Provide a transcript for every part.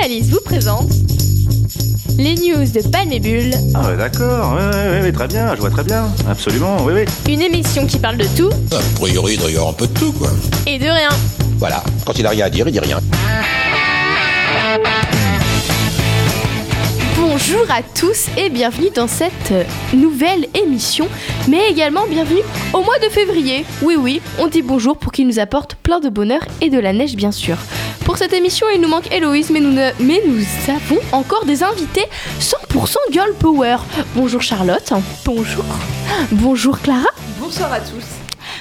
Palisse vous présente les news de Palme et Bulle, Ah ouais, d'accord, ouais, ouais, ouais, ouais, très bien, je vois très bien, absolument, oui, oui. une émission qui parle de tout A priori, il doit y avoir un peu de tout, quoi. et de rien. Voilà. Quand il a rien à dire, il dit rien. Bonjour à tous et bienvenue dans cette euh, nouvelle émission, mais également bienvenue au mois de février. Oui oui, on dit bonjour pour qu'il nous apporte plein de bonheur et de la neige bien sûr. Pour cette émission, il nous manque Héloïse, mais nous, ne- mais nous avons encore des invités 100% girl power. Bonjour Charlotte. Bonjour. Bonjour Clara. Bonsoir à tous.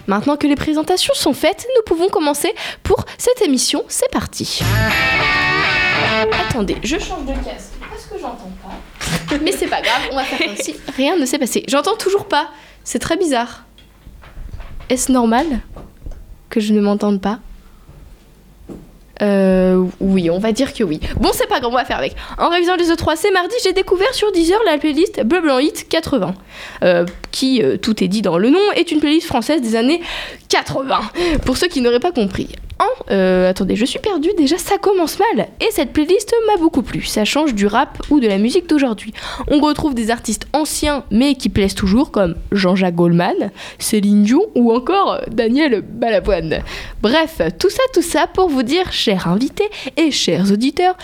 Maintenant que les présentations sont faites, nous pouvons commencer pour cette émission. C'est parti. Attendez, je change de casque parce que j'entends pas. Mais c'est pas grave, on va faire comme si rien ne s'est passé. J'entends toujours pas. C'est très bizarre. Est-ce normal que je ne m'entende pas euh, oui, on va dire que oui. Bon, c'est pas grave, on va faire avec. En révisant les E3C mardi, j'ai découvert sur Deezer la playlist Bleu Blanc Hit 80 euh, qui, euh, tout est dit dans le nom, est une playlist française des années 80, pour ceux qui n'auraient pas compris. En, euh, attendez, je suis perdue, déjà ça commence mal. Et cette playlist m'a beaucoup plu, ça change du rap ou de la musique d'aujourd'hui. On retrouve des artistes anciens mais qui plaisent toujours, comme Jean-Jacques Goldman, Céline Dion ou encore euh, Daniel Balavoine. Bref, tout ça, tout ça pour vous dire, chers invités et chers auditeurs,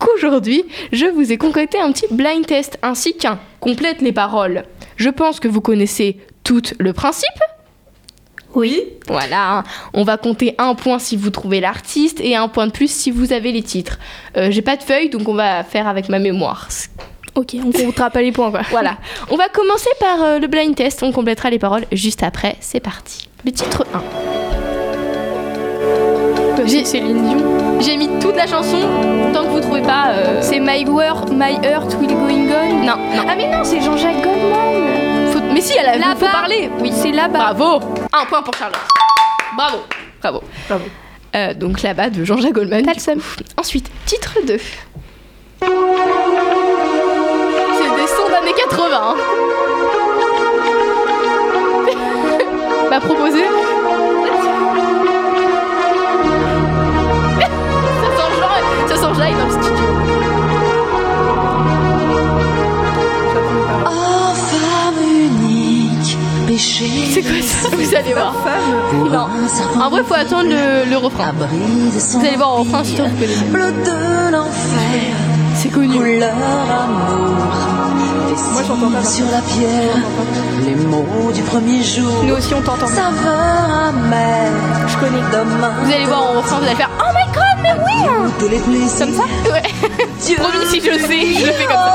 qu'aujourd'hui, je vous ai concocté un petit blind test ainsi qu'un complète les paroles. Je pense que vous connaissez tout le principe. Oui. Voilà, hein. on va compter un point si vous trouvez l'artiste et un point de plus si vous avez les titres. Euh, J'ai pas de feuille, donc on va faire avec ma mémoire. Ok, on comptera pas les points quoi. Voilà, on va commencer par euh, le blind test, on complétera les paroles juste après, c'est parti. Le titre 1. J'ai Céline Dion. J'ai mis toute la chanson, tant que vous trouvez pas... euh, C'est My World, My Earth Will Going On. Non, non. Ah mais non, c'est Jean-Jacques Goldman. Faut- Mais si, elle a Là-bas. faut parler Ah, Oui, c'est là-bas. Bravo Un point pour Charlotte. Bravo Bravo. Bravo. Euh, donc là-bas de Jean-Jacques Goldman. T'as le seum. Ensuite, titre 2. C'est des sons d'années 80. hein. M'a proposé. ça sent Jean, ça sent Jean dans le studio. Oh, femme unique, péché. C'est quoi ça Vous allez voir. Non. En En vrai, faut attendre le, le refrain. Vous allez voir, au refrain, c'est sûr que vous connaissez. Bleu de l'enfer, C'est connu. couleur amour. Moi, j'entends pas. Sur la pierre, les mots du premier jour. Nous aussi on t'entend. Saveur amère, je connais demain. Vous allez voir, au refrain, vous allez faire Oh my god, mais oui Toutes les blessures. Comme ça Ouais. Dieu Promis, si je le sais, je le fais comme ça. Oh,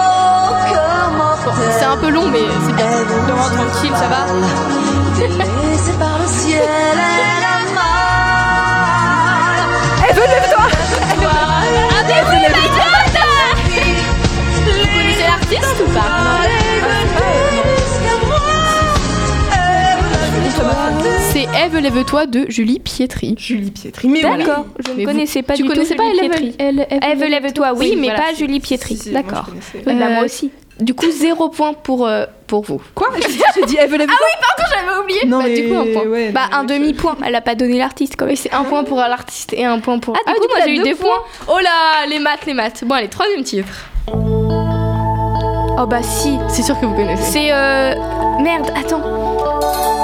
cœur Bon, mortel. c'est un peu long, mais c'est bien. Demain, tranquille, ça va Délaissée par le ciel, elle a mal. Eh, Ah, mais oui, my god Vous connaissez l'artiste ou pas C'est Eve, lève-toi de Julie Pietri. Julie Pietri. Mais oui. D'accord, je ne Mais vous- connaissais pas tu du tout connaissais pas Julie Eve- Pietri. Eve- Eve, lève-toi, oui, mais voilà. pas Julie Pietri. Si, si, moi, je D'accord. Euh, connaissais. Ouais, bah, moi aussi. Du coup, zéro point pour, euh, pour vous. Quoi J'ai dit, elle veut la J'avais oublié Non, Ah bah, Du mais- coup, un point. ouais, Bah non, un mais- demi-point, elle a pas donné l'artiste quand même. C'est un point pour l'artiste et un point pour. Ah, du coup, moi t'as j'ai eu deux des points. Oh là, les maths, les maths. Bon, allez, troisième titre. Oh bah si. C'est sûr que vous connaissez. C'est euh... Merde, attends.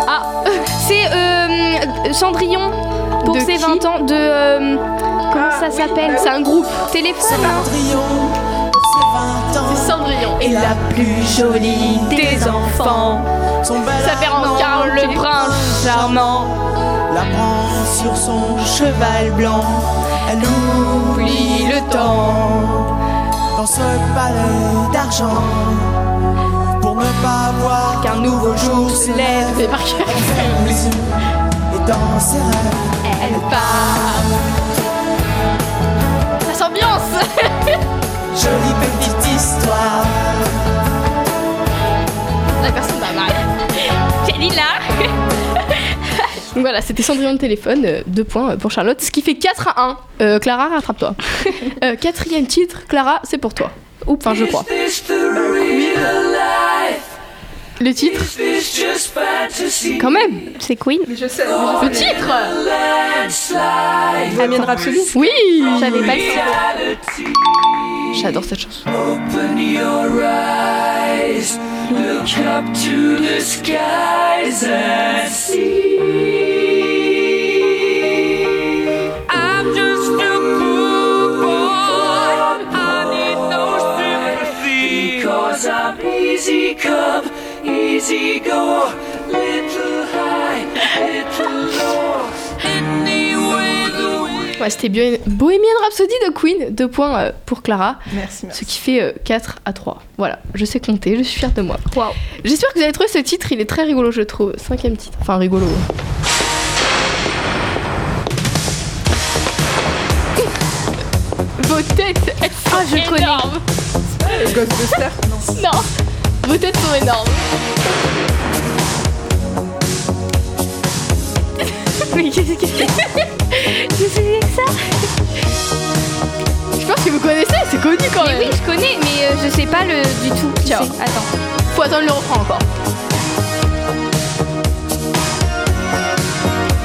Ah, C'est euh... Cendrillon pour De ses qui Ah, 20 ans de... euh, Comment ça s'appelle c'est un groupe. Téléphone C'est Cendrillon. Et La plus jolie des enfants. Son bel ça fait en amant, Carl le prince. charmant la prend sur son cheval blanc. Elle oublie le temps dans ce palais d'argent. Pour ne pas voir qu'un nouveau jour se lève, C'est par cœur. elle ferme les yeux et dans ses rêves, Elle part. Ça s'ambiance. jolie petite histoire. La personne va mal. J'ai là. Donc voilà, c'était Cendrillon de téléphone, euh, deux points pour Charlotte, ce qui fait 4 à 1. Euh, Clara, rattrape-toi. Euh, quatrième titre, Clara, c'est pour toi. Ou enfin, je crois. le titre Quand même, C'est Queen. Mais je sais. Oh, le titre Amène Rhapsody. Oui J'avais pas le titre. J'adore cette chanson. Ouais, c'était Bio- Bohemian Rhapsody de Queen, deux points euh, pour Clara, Merci, merci. ce qui fait euh, 4 à 3. Voilà, je sais compter, je suis fière de moi. J'espère que vous avez trouvé ce titre, il est très rigolo, je trouve. Cinquième titre, enfin rigolo. Vos têtes, elles sont Ah, je connais. énormes. Ghostbuster. Non, vos têtes sont énormes. Mais qu'est-ce que c'est que ça Je pense que vous connaissez, c'est connu quand Mais même. oui, je connais, mais euh, je sais pas le du tout. qui Ciao. c'est. Attends. Faut attendre le refrain encore.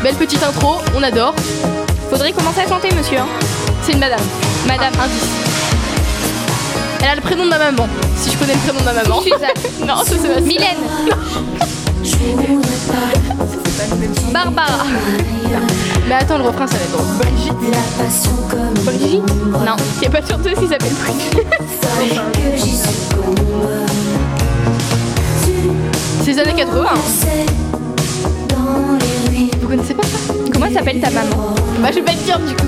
Belle petite intro, on adore. Faudrait commencer à chanter, monsieur. hein. C'est une madame. Ah, Madame. Indice. Elle a le prénom de ma maman. Si je connais le prénom de ma maman. Suzanne. Non, Oh, ça c'est ma Mylène. Barbara. Mais attends, le refrain ça va être drôle. Brigitte. Non. Il a pas de chanteuse qui s'appelle Brigitte. C'est les années 80. hein. Vous connaissez pas ça Comment s'appelle ta maman Bah je vais pas te dire du coup.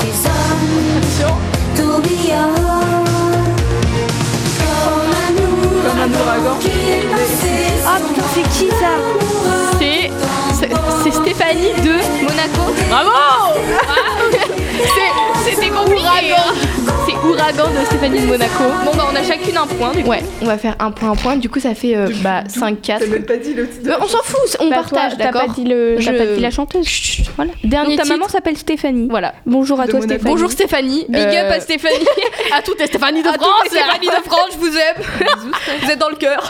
Attention. Comme un ouragan. Ah putain, c'est qui ça C'est. c'est- C'est Stéphanie de. Monaco. Bravo C'est- C'était compliqué Ouragan. C'est Ouragan de Stéphanie de Monaco. Bon bah on a chacune un point du coup. Ouais, on va faire un point un point, du coup ça fait euh, bah, 5-4. T'as même pas dit le titre. de Euh, la on s'en fout, on Bah, toi, partage, d'accord T'as pas dit le, t'as Je- pas dit la chanteuse. Voilà. Dernier Donc, ta titre. maman s'appelle Stéphanie. Voilà. Bonjour à De toi Monaco. Stéphanie. Euh, Bonjour Stéphanie. Euh, Big up à Stéphanie. à toutes les Stéphanie de À toutes France. les Stéphanie de France, je vous aime. vous êtes dans le cœur.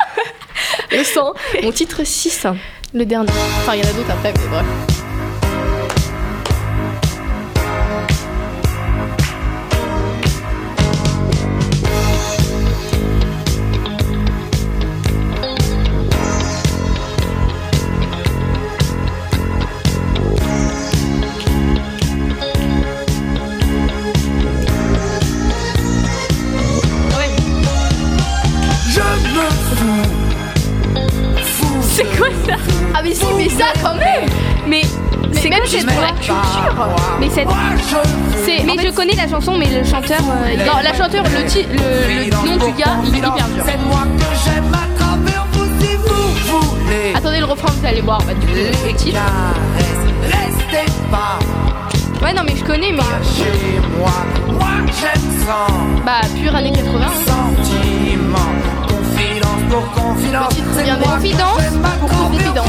Le sang. Mon titre 6, le dernier. Enfin, il y en a d'autres après, mais bref. C'est quoi ça Ah, mais si, mais ça quand même Mais c'est même quoi juste cette pour la voix culture. Mais cette C'est. Mais je connais la chanson, mais le chanteur. euh, il est- Non, la chanteur, le, ti- le, le nom du gars, il est hyper dur. Attendez le refrain, vous allez voir. Bah, du coup, le titre. Ouais, non, mais je connais, mais. Bah, pure années 80. hein. Le titre vient des confidences pour confidence.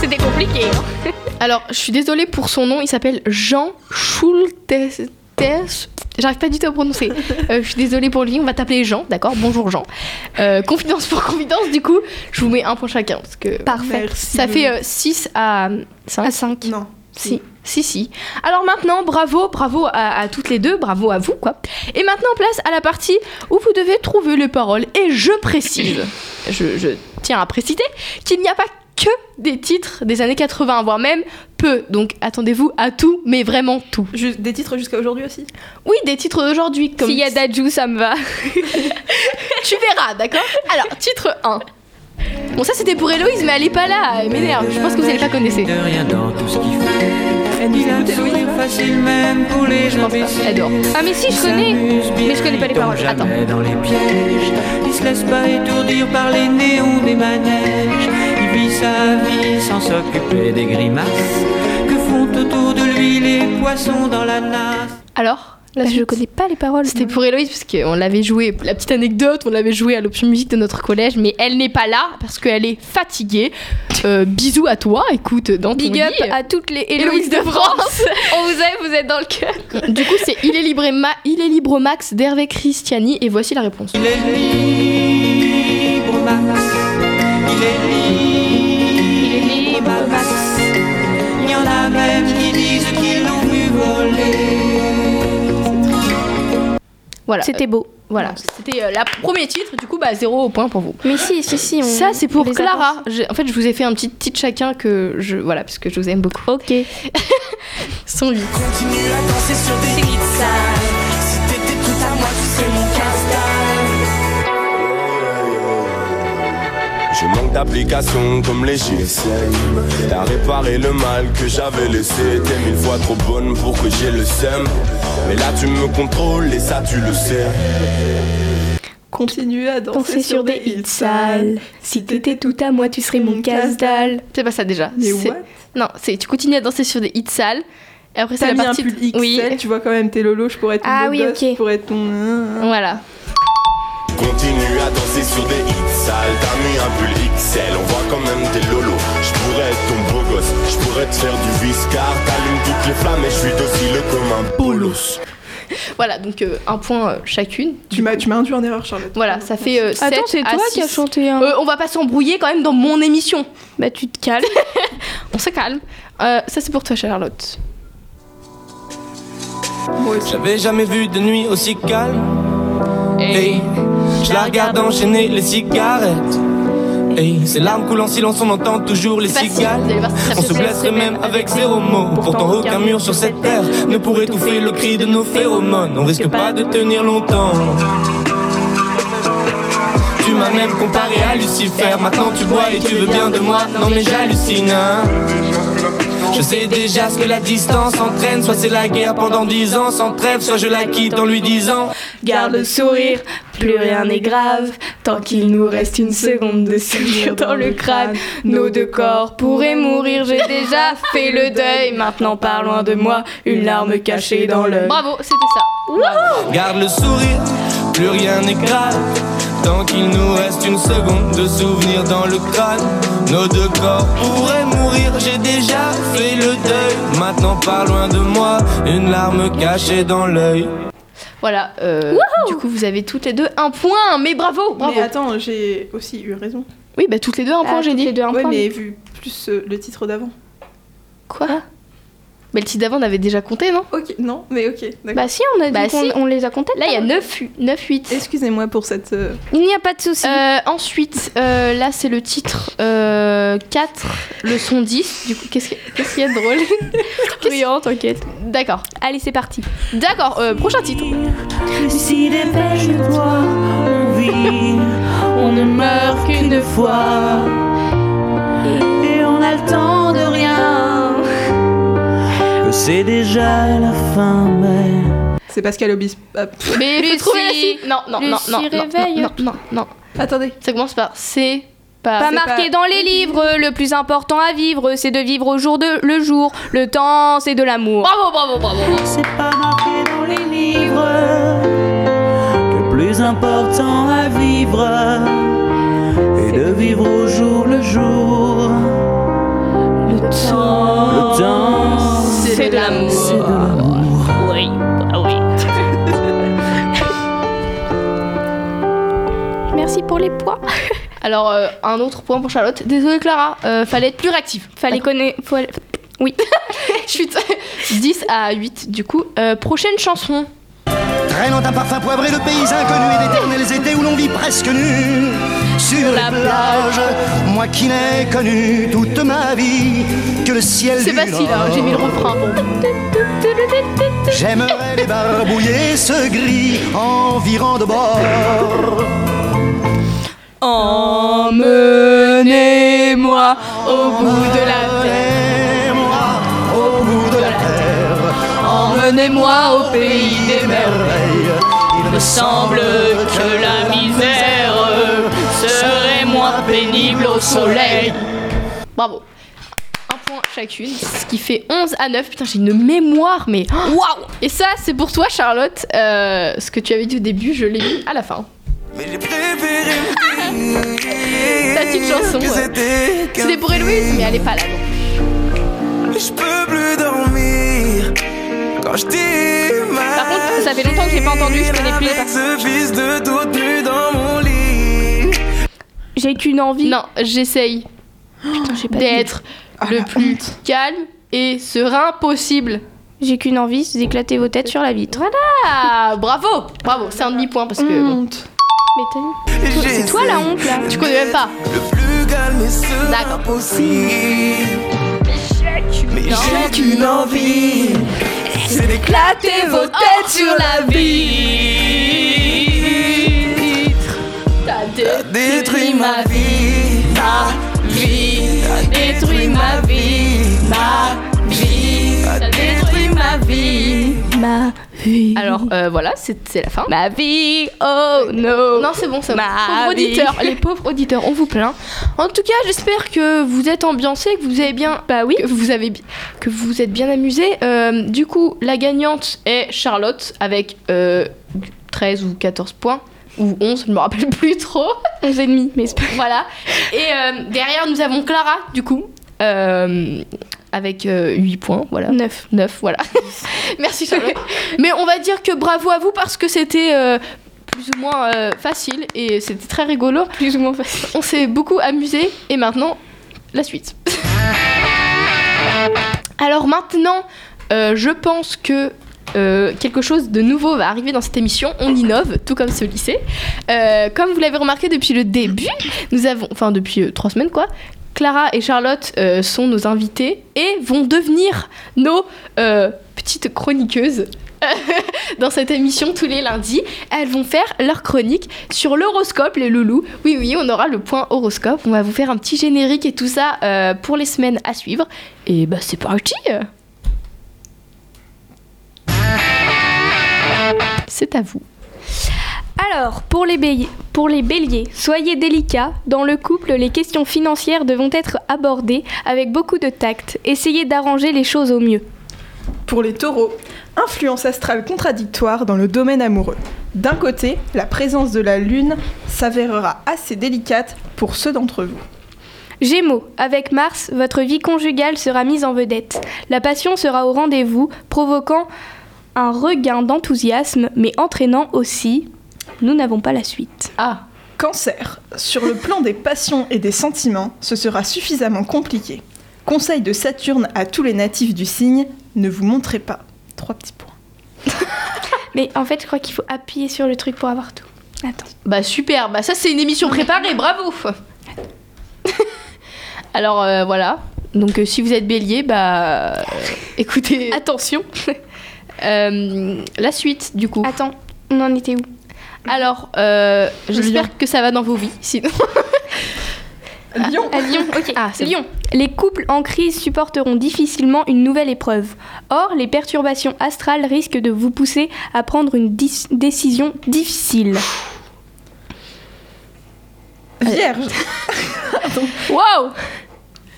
C'était compliqué. hein. Alors, je suis désolée pour son nom, il s'appelle Jean Schultes. J'arrive pas du tout à prononcer. Euh, je suis désolée pour lui, on va t'appeler Jean, d'accord Bonjour Jean. Euh, confidence pour confidence, du coup, je vous mets un point chacun. Parce que Parfait. Merci. ça fait 6 à 5. À 5. Non. Si, si, si. Alors maintenant, bravo, bravo à, à toutes les deux, bravo à vous, quoi. Et maintenant, place à la partie où vous devez trouver les paroles. Et je précise, je, je tiens à préciser qu'il n'y a pas que des titres des années 80, voire même peu. Donc attendez-vous à tout, mais vraiment tout. Ju- Des titres jusqu'à aujourd'hui aussi. Oui, des titres d'aujourd'hui, comme S'il y a Dajou, ça me va. tu verras, d'accord Alors, titre 1. Bon, ça c'était pour Héloïse, mais elle est pas là, elle m'énerve. Je pense que vous n'allez pas connaissez. De rien dans tout ce qu'il fait. Elle nous écoute, Héloïse. Sourire facile même pour les Je pense pas, adore. Ah, mais si, je connais. Mais je connais pas les paroles. Attends. Jamais dans les pièges, il se laisse pas étourdir par les néons des manèges. Il vit sa vie sans s'occuper des grimaces que font autour de lui les poissons dans la nasse. Alors Là, je connais pas les paroles. C'était pour Héloïse, parce qu'on l'avait joué, la petite anecdote, on l'avait joué à l'option musique de notre collège, mais elle n'est pas là parce qu'elle est fatiguée. Euh, bisous à toi, écoute, dans ton Big up lit. à toutes les Héloïse Héloïse de de France. On vous aime, vous êtes dans le cœur. Du coup, c'est Il est libre, et ma... Il est libre max d'Hervé Christiani, et voici la réponse. Il est libre, Max. Il est libre, Max. Il y en a même qui disent qu'ils l'ont vu voler. Voilà. C'était beau. Euh, voilà. C'était euh, la premier titre, du coup, bah, zéro au point pour vous. Mais si, si, si. on- Ça, c'est pour on les Clara. avance. J'ai- En fait, je vous ai fait un petit titre chacun que je. Voilà, parce que je vous aime beaucoup. Ok. Son lit. Continue à danser sur des lits de salle. Si t'étais tout à moi, tu serais mon casse Je manque d'application comme les GSM T'as réparé le mal que j'avais laissé T'es mille fois trop bonne pour que j'ai le seum Mais là tu me contrôles et ça tu le sais Continuer à danser, Danser sur des hits sales. Si t'étais tout à moi, tu serais mon casse-dalle. C'est pas ça déjà. Mais C'est- what Non, c'est tu continues à danser sur des hits sales. Et après, c'est T'as la mis un partie. pull XL, oui. tu vois quand même tes lolos, je pourrais être ton Ah beau oui, gosse, ok. je pourrais être ton... Voilà. Continue à danser sur des hits sales T'as mis un pull XL, on voit quand même tes lolos Je pourrais être ton beau gosse, je pourrais te faire du viscard T'allumes toutes les flammes et je suis docile comme un bolos Voilà, donc euh, un point euh, chacune. Tu m'as tu m'as induit en erreur, Charlotte. Voilà, ça fait euh, Attends, 7 c'est à toi qui as 6. chanté un. Euh, on va pas s'embrouiller quand même dans mon émission. Bah, tu te calmes. On se calme. Euh, ça c'est pour toi Charlotte. Moi aussi. J'avais jamais vu de nuit aussi calme. Hey, je la regarde enchaîner les cigarettes. Hey, ses larmes coulent en silence, on entend toujours les Facile, cigales. vous allez voir si ça On vous se plaît. blesserait même avec zéro mot. Pourtant, aucun mur sur cette terre ne pourrait étouffer le cri de nos phéromones. On risque pas de tenir longtemps. Tu m'as même comparé à Lucifer. Maintenant, tu bois et tu veux bien de moi. Non, mais j'hallucine. hein. Je sais déjà ce que la distance entraîne. Soit c'est la guerre pendant dix ans sans trêve, soit je la quitte en lui disant. Garde le sourire, plus rien n'est grave, tant qu'il nous reste une seconde de sourire dans le crâne. Nos deux corps pourraient mourir, j'ai déjà fait le deuil, maintenant par loin de moi, une larme cachée dans l'œil. Bravo, c'était ça. Garde le sourire, plus rien n'est grave. Tant qu'il nous reste une seconde de souvenir dans le crâne, nos deux corps pourraient mourir. J'ai déjà fait le deuil. Maintenant, pas loin de moi, une larme cachée dans l'œil. Voilà. euh, du coup vous avez toutes les deux un point, mais bravo, bravo. Mais attends, j'ai aussi eu raison. Oui, bah toutes les deux Ah, un point, j'ai dit. Ouais, mais vu plus euh, le titre d'avant. Quoi Mais le titre d'avant on avait déjà compté, non Ok, non, mais ok, d'accord. Bah si, on a dit Bah qu'on si. on les a comptés. Là il y a 9 9 8. Excusez-moi pour cette. euh, Il n'y a pas de souci. Euh, ensuite, euh, là c'est le titre euh, 4, leçon 10. Du coup, qu'est-ce qu'il y a- qu'est-ce qu'il y a de drôle hein, Bruyant, t'inquiète. D'accord, Allez, c'est parti. d'accord, euh, prochain titre. Si des belles toi, on vit, on ne meurt qu'une fois. Et on a le temps de rien. C'est déjà la fin, mais. C'est Pascal Obispo. Ah, pff, Mais Lucie, faut trouver la suite. Non, non, non, Lucie, non, non, non, réveille-toi. non, non, Attendez. Ça commence par c'est pas. Pas c'est marqué pas- dans les livres, le plus important à vivre, c'est de vivre au jour de le jour. Le temps, c'est de l'amour. Bravo, bravo, bravo. C'est pas marqué dans les livres. Le plus important à vivre est de vivre au jour le jour. Le temps. Le temps. C'est de l'amour. C'est de l'amour. Merci pour les poids. Alors euh, un autre point pour Charlotte. Désolée Clara, euh, fallait être plus réactive. Fallait connaître. fallait- Chut. 10 à 8 du coup. Euh, prochaine chanson. Traîne en un parfum poivré le pays inconnu et d'éternels étés où l'on vit presque nu. Sur la plage, moi qui n'ai connu toute ma vie que le ciel C'est du facile, hein, nord. j'ai mis le refrain. Bon. J'aimerais les barbouiller ce gris environ de bord. Emmenez-moi au bout de la terre. Emmenez-moi au bout de la terre, Emmenez-moi au pays des merveilles. merveille. Il me semble que la misère serait moins pénible au soleil. Bravo. Un points chacune, ce qui fait 11 à 9. Putain, j'ai une mémoire, mais waouh Et ça, c'est pour toi, Charlotte. Euh, ce que tu avais dit au début, je l'ai mis à la fin. Ta petite chanson. ouais. C'était pour Héloïse, mais elle est pas là. non. Je peux plus dormir quand je t'imagine. Par contre, ça fait longtemps que j'ai pas entendu, je connais plus les Avec ce fils de toute nue dans mon lit. J'ai qu'une envie. Non, j'essaye pas d'être le plus calme et serein possible. J'ai qu'une envie, c'est d'éclater vos têtes sur la vitre. Voilà. Ah, bravo Bravo, c'est un demi-point parce que bon, Honte. Mais t'as vu C'est toi la honte là. tu connais même pas. Le plus calme et serein D'accord. possible. Mais Non. j'ai qu'une envie, c'est d'éclater vos têtes sur la vie. T'as des- Détruis ma vie, ma vie, détruis ma vie, ma vie, détruis ma vie. Ma vie. Alors euh, voilà, c'est c'est la fin. Ma vie, oh no. Non, c'est bon, c'est bon. Ma Pauvres vie. auditeurs, les pauvres auditeurs, on vous plaint. En tout cas, j'espère que vous êtes ambiancés, que vous avez bien. Bah oui. Que vous, avez, bi- que vous vous êtes bien amusés. Euh, du coup, la gagnante est Charlotte avec euh, 13 ou 14 points. Ou 11, je ne me rappelle plus trop. 11 et demi, mais c'est pas. voilà. Et euh, derrière, nous avons Clara, du coup, euh, avec 8 points. Voilà. 9. 9, voilà. Merci Charlotte. Mais on va dire que bravo à vous parce que c'était euh, plus ou moins euh, facile et c'était très rigolo. Plus ou moins facile. On s'est beaucoup amusé et maintenant, la suite. Alors maintenant, euh, je pense que euh, quelque chose de nouveau va arriver dans cette émission. On innove, tout comme ce lycée. Euh, comme vous l'avez remarqué depuis le début, nous avons, enfin depuis euh, trois semaines quoi, Clara et Charlotte euh, sont nos invités et vont devenir nos euh, petites chroniqueuses. dans cette émission tous les lundis, elles vont faire leur chronique sur l'horoscope, les loulous. Oui, oui, on aura le point horoscope. On va vous faire un petit générique et tout ça euh, pour les semaines à suivre. Et bah, c'est parti C'est à vous. Alors, pour les, béliers, pour les béliers, soyez délicats. Dans le couple, les questions financières devront être abordées avec beaucoup de tact. Essayez d'arranger les choses au mieux. Pour les taureaux, influence astrale contradictoire dans le domaine amoureux. D'un côté, la présence de la lune s'avérera assez délicate pour ceux d'entre vous. Gémeaux, avec Mars, votre vie conjugale sera mise en vedette. La passion sera au rendez-vous, provoquant un regain d'enthousiasme, mais entraînant aussi. Nous n'avons pas la suite. Ah, Cancer, sur le plan des passions et des sentiments, ce sera suffisamment compliqué. Conseil de Saturne à tous les natifs du signe, ne vous montrez pas. Trois petits points. Mais en fait, je crois qu'il faut appuyer sur le truc pour avoir tout. Attends. bah super, bah ça c'est une émission préparée, bravo Alors euh, voilà, donc euh, si vous êtes bélier, bah euh, écoutez, Attention. euh, la suite du coup. Attends, on en était où Alors, euh, j'espère que ça va dans vos vies, sinon... Lion, À Lyon, ok. Ah, c'est Lyon. Les couples en crise supporteront difficilement une nouvelle épreuve. Or, les perturbations astrales risquent de vous pousser à prendre une dis- décision difficile. Vierge, Waouh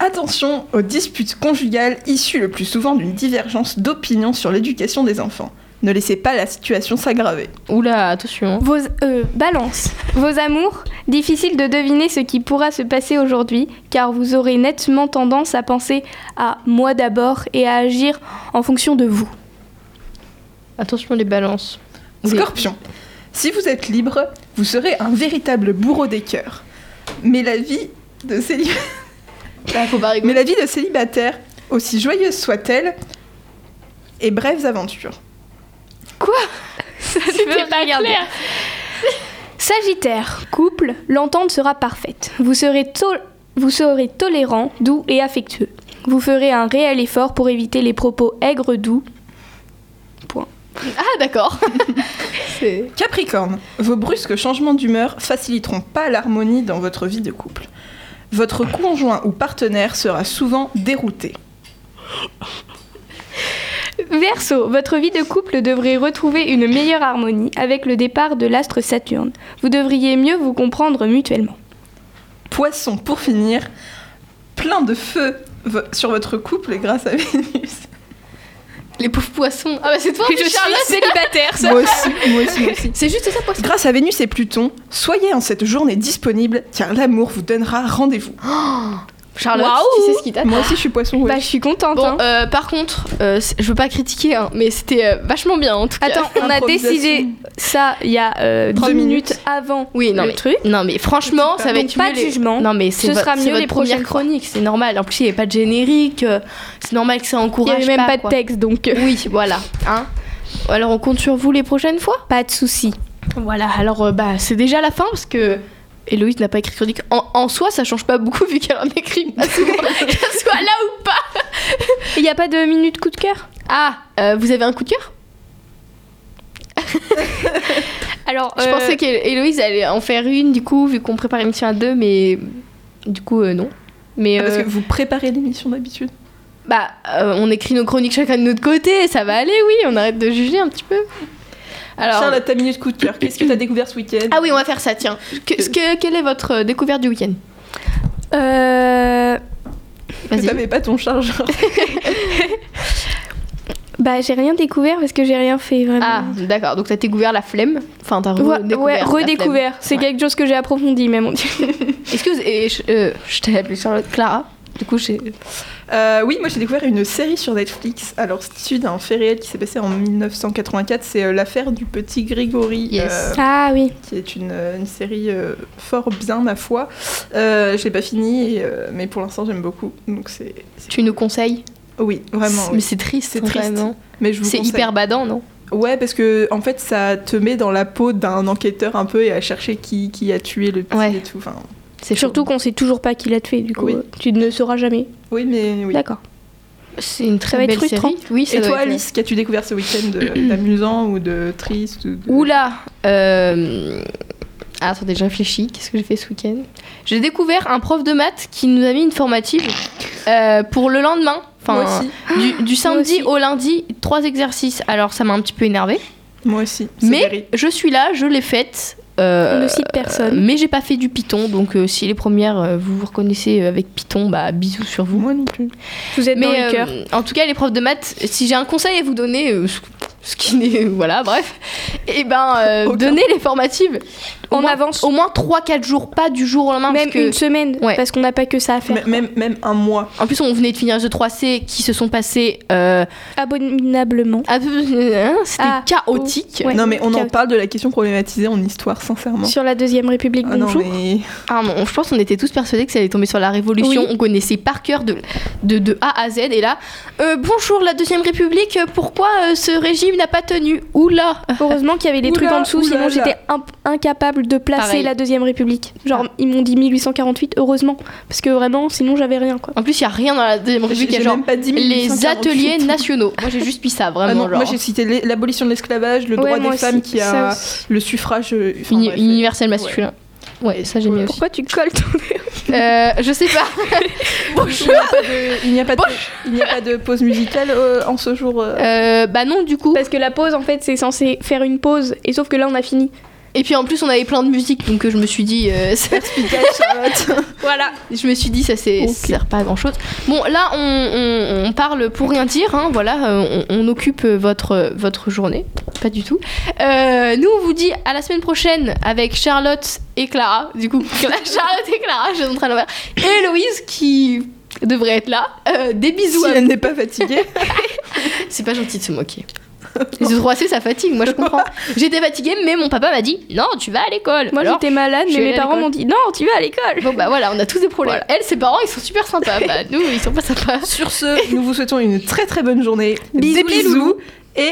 attention aux disputes conjugales issues le plus souvent d'une divergence d'opinion sur l'éducation des enfants. Ne laissez pas la situation s'aggraver. Oula, attention. Vos euh, balance. Vos amours, difficile de deviner ce qui pourra se passer aujourd'hui, car vous aurez nettement tendance à penser à moi d'abord et à agir en fonction de vous. Attention les balances. Oui. Scorpion, si vous êtes libre, vous serez un véritable bourreau des cœurs. Mais la vie de célibataire Ah, faut pas rigoler. Mais la vie de célibataire, aussi joyeuse soit-elle, est brèves aventures. C'était pas clair. Sagittaire, couple, l'entente sera parfaite. Vous serez, tol- vous serez tolérant, doux et affectueux. Vous ferez un réel effort pour éviter les propos aigres doux. Ah d'accord. C'est- Capricorne, vos brusques changements d'humeur faciliteront pas l'harmonie dans votre vie de couple. Votre conjoint ou partenaire sera souvent dérouté. Verseau, votre vie de couple devrait retrouver une meilleure harmonie avec le départ de l'astre Saturne. Vous devriez mieux vous comprendre mutuellement. Poisson, pour finir, plein de feu vo- sur votre couple grâce à Vénus Les pauvres poissons. Ah bah c'est toi, Je suis Charlotte célibataire, ça. Moi aussi, moi aussi, moi aussi. C'est juste ça, poisson. Grâce à Vénus et Pluton, soyez en cette journée disponible car l'amour vous donnera rendez-vous. Charlotte, Waouh. tu sais ce qui t'attend. Moi aussi, je suis poisson. ouais. Bah, je suis contente. Bon, hein. euh, par contre, euh, c'est- je veux pas critiquer, hein, mais c'était euh, vachement bien en tout cas. Attends, on a improvisation. décidé ça il y a euh, 10 Trois minutes. minutes. avant Oui, non le mais, truc. non mais franchement, ça va Donc, être pas mieux de les- jugement. Non mais c'est Ce vo- sera c'est mieux votre les première prochaines fois. chronique, c'est normal. En plus, il n'y avait pas de générique, euh, c'est normal que ça Il n'y encourage avait même pas, de quoi. texte, donc euh, Oui, voilà. Hein alors on compte sur vous les prochaines fois pas de souci. Voilà, alors euh, bah c'est déjà la fin parce que Héloïse n'a pas écrit chronique. En, en soi, ça change pas beaucoup vu qu'elle en écrit pas souvent, qu'elle soit là ou pas. Il n'y a pas de minute coup de cœur Ah, euh, vous avez un coup de cœur Alors, Je euh, pensais qu'Héloïse allait en faire une du coup, vu qu'on prépare l'émission à deux, mais du coup, euh, non. Mais Ah, Parce euh, que vous préparez l'émission d'habitude. bah, euh, on écrit nos chroniques chacun de notre côté, ça va aller, oui, on arrête de juger un petit peu. Alors. Charlotte, ta minute coup de cœur. Qu'est-ce que t'as découvert ce week-end Ah oui, on va faire ça, tiens. Que- ce que- quelle est votre euh, découverte du week-end euh, Que Vas-y. t'avais pas ton chargeur. bah, j'ai rien découvert parce que j'ai rien fait vraiment. Ah, d'accord, donc t'as découvert la flemme. Enfin, t'as Ouais, redécouvert. ouais, la redécouvert. C'est Ouais. quelque chose que j'ai approfondi, même. on dit. flemme. Est-ce que vous- et je, euh, je t'ai appelée Charlotte Clara Du coup, j'ai. Euh, oui, moi j'ai découvert une série sur Netflix. Alors, c'est issu d'un fait réel qui s'est passé en 1984. C'est euh, l'affaire du petit Grégory, Yes. euh, Ah oui. qui est une, une série euh, fort bien, ma foi. Euh, je l'ai pas fini, et, euh, mais pour l'instant j'aime beaucoup. Donc, c'est. c'est- oh Tu nous conseilles Oui, vraiment. Mais oui. c'est triste, C'est hein, triste. vraiment. Mais je vous C'est conseille. hyper badant, non Ouais, parce que en fait, ça te met dans la peau d'un enquêteur un peu et à chercher qui, qui a tué le petit Ouais. et tout. Enfin, C'est Surtout qu'on sait toujours pas qui l'a tué, du coup. Oui. euh, Tu ne le sauras jamais. oui, mais oui. D'accord. C'est une très Ça va être belle frustrant. série. Oui, ça Et doit toi, être- euh, Alice, qu'as-tu découvert ce week-end de- d'amusant ou de triste ou de- Oula euh... ah, Attendez, je réfléchis. Qu'est-ce que j'ai fait ce week-end J'ai découvert un prof de maths qui nous a mis une formative euh, pour le lendemain. Enfin, Moi aussi. Du, du samedi aussi. au lundi, trois exercices. Alors, ça m'a un petit peu énervée. Moi aussi. c'est Berry. Mais je suis là, je l'ai faite. euh, On ne cite euh, personne. mais j'ai pas fait du Python, donc euh, si les premières euh, vous vous reconnaissez euh, avec Python, bah bisous sur vous. Moi non plus. Vous êtes dans Mais le cœur. euh, en tout cas, les profs de maths, si j'ai un conseil à vous donner, euh, ce- ce qui n'est. Voilà, bref. Et ben, euh, Aucun. donnez les formatives au On moins- avance. Au moins 3-4 jours, pas du jour au lendemain. Même parce que- une semaine, Ouais. parce qu'on n'a pas que ça à faire. M- Même, même un mois. En plus, on venait de finir les 3C qui se sont passés. euh, Abominablement. un peu- hein, C'était Ah, chaotique. Ouais, non, mais on en chaotique. parle de la question problématisée en histoire, sincèrement. Sur la Deuxième République, Ah non, bonjour. mais Ah non, je pense qu'on était tous persuadés que ça allait tomber sur la Révolution. Oui. On connaissait par cœur de, de, de A à Z. Et là, euh, bonjour la Deuxième République, euh, pourquoi euh, ce régime n'a pas tenu Oula Heureusement qu'il y avait les trucs Oula, en dessous, oulala. sinon j'étais imp- incapable de placer Pareil. la Deuxième République. Genre, ils m'ont dit 1848, heureusement. Parce que vraiment, sinon j'avais rien, quoi. En plus, il n'y a rien dans la Deuxième j'ai République. il y a j'ai genre même pas 10 les 1848. ateliers nationaux. Moi, j'ai juste mis ça, Ah vraiment. non, genre. hein. moi j'ai cité l'é- l'abolition de l'esclavage, le droit Ouais, moi des femmes aussi, qui a ça aussi. le suffrage. euh, enfin, Uni- bref. universel masculin. Ouais, ça j'ai mis aussi. Pourquoi tu colles ton Euh, je sais pas. Bonjour. Il n'y a pas de, il n'y a pas de pause musicale euh, en ce jour. euh. Euh, bah non, du coup. Parce que la pause, en fait, c'est censé faire une pause. Et sauf que là, on a fini. Et puis en plus, on avait plein de musique, donc euh, je me suis dit, euh, ça- euh, Voilà. je me suis dit, ça, c'est- Ok. ça sert pas à grand chose. Bon, là, on, on- on parle pour rien dire, hein, voilà, euh, on, on occupe votre, votre journée, pas du tout. Euh, nous, on vous dit à la semaine prochaine avec Charlotte et Clara, du coup, Charlotte et Clara, je suis en train de le faire. et Héloïse qui devrait être là. Euh, des bisous Si à elle n'est pas fatiguée. C'est pas gentil de se moquer. Les 3 c ça fatigue, moi je comprends. J'étais fatiguée, mais mon papa m'a dit Non, tu vas à l'école. Moi, Alors, j'étais malade, je mais vais mes aller à parents l'école. m'ont dit Non, tu vas à l'école. Bon, bah voilà, on a tous des problèmes. Elle, ses parents, ils sont super sympas. Bah, nous, ils sont pas sympas. Sur ce, nous vous souhaitons une très très bonne journée. Bisous, Des les loulous. Et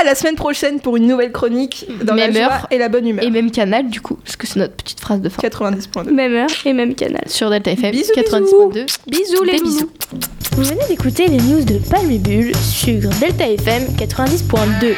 à la semaine prochaine pour une nouvelle chronique dans Même la joie heure. et la bonne humeur. Et même canal, du coup, parce que c'est notre petite phrase de fin. 90.2. Même heure et même canal. Sur Delta FM Bisous, 90.2. Bisous, les Des bisous. bisous. Vous venez d'écouter les news de Palmebule sur Delta FM 90.2.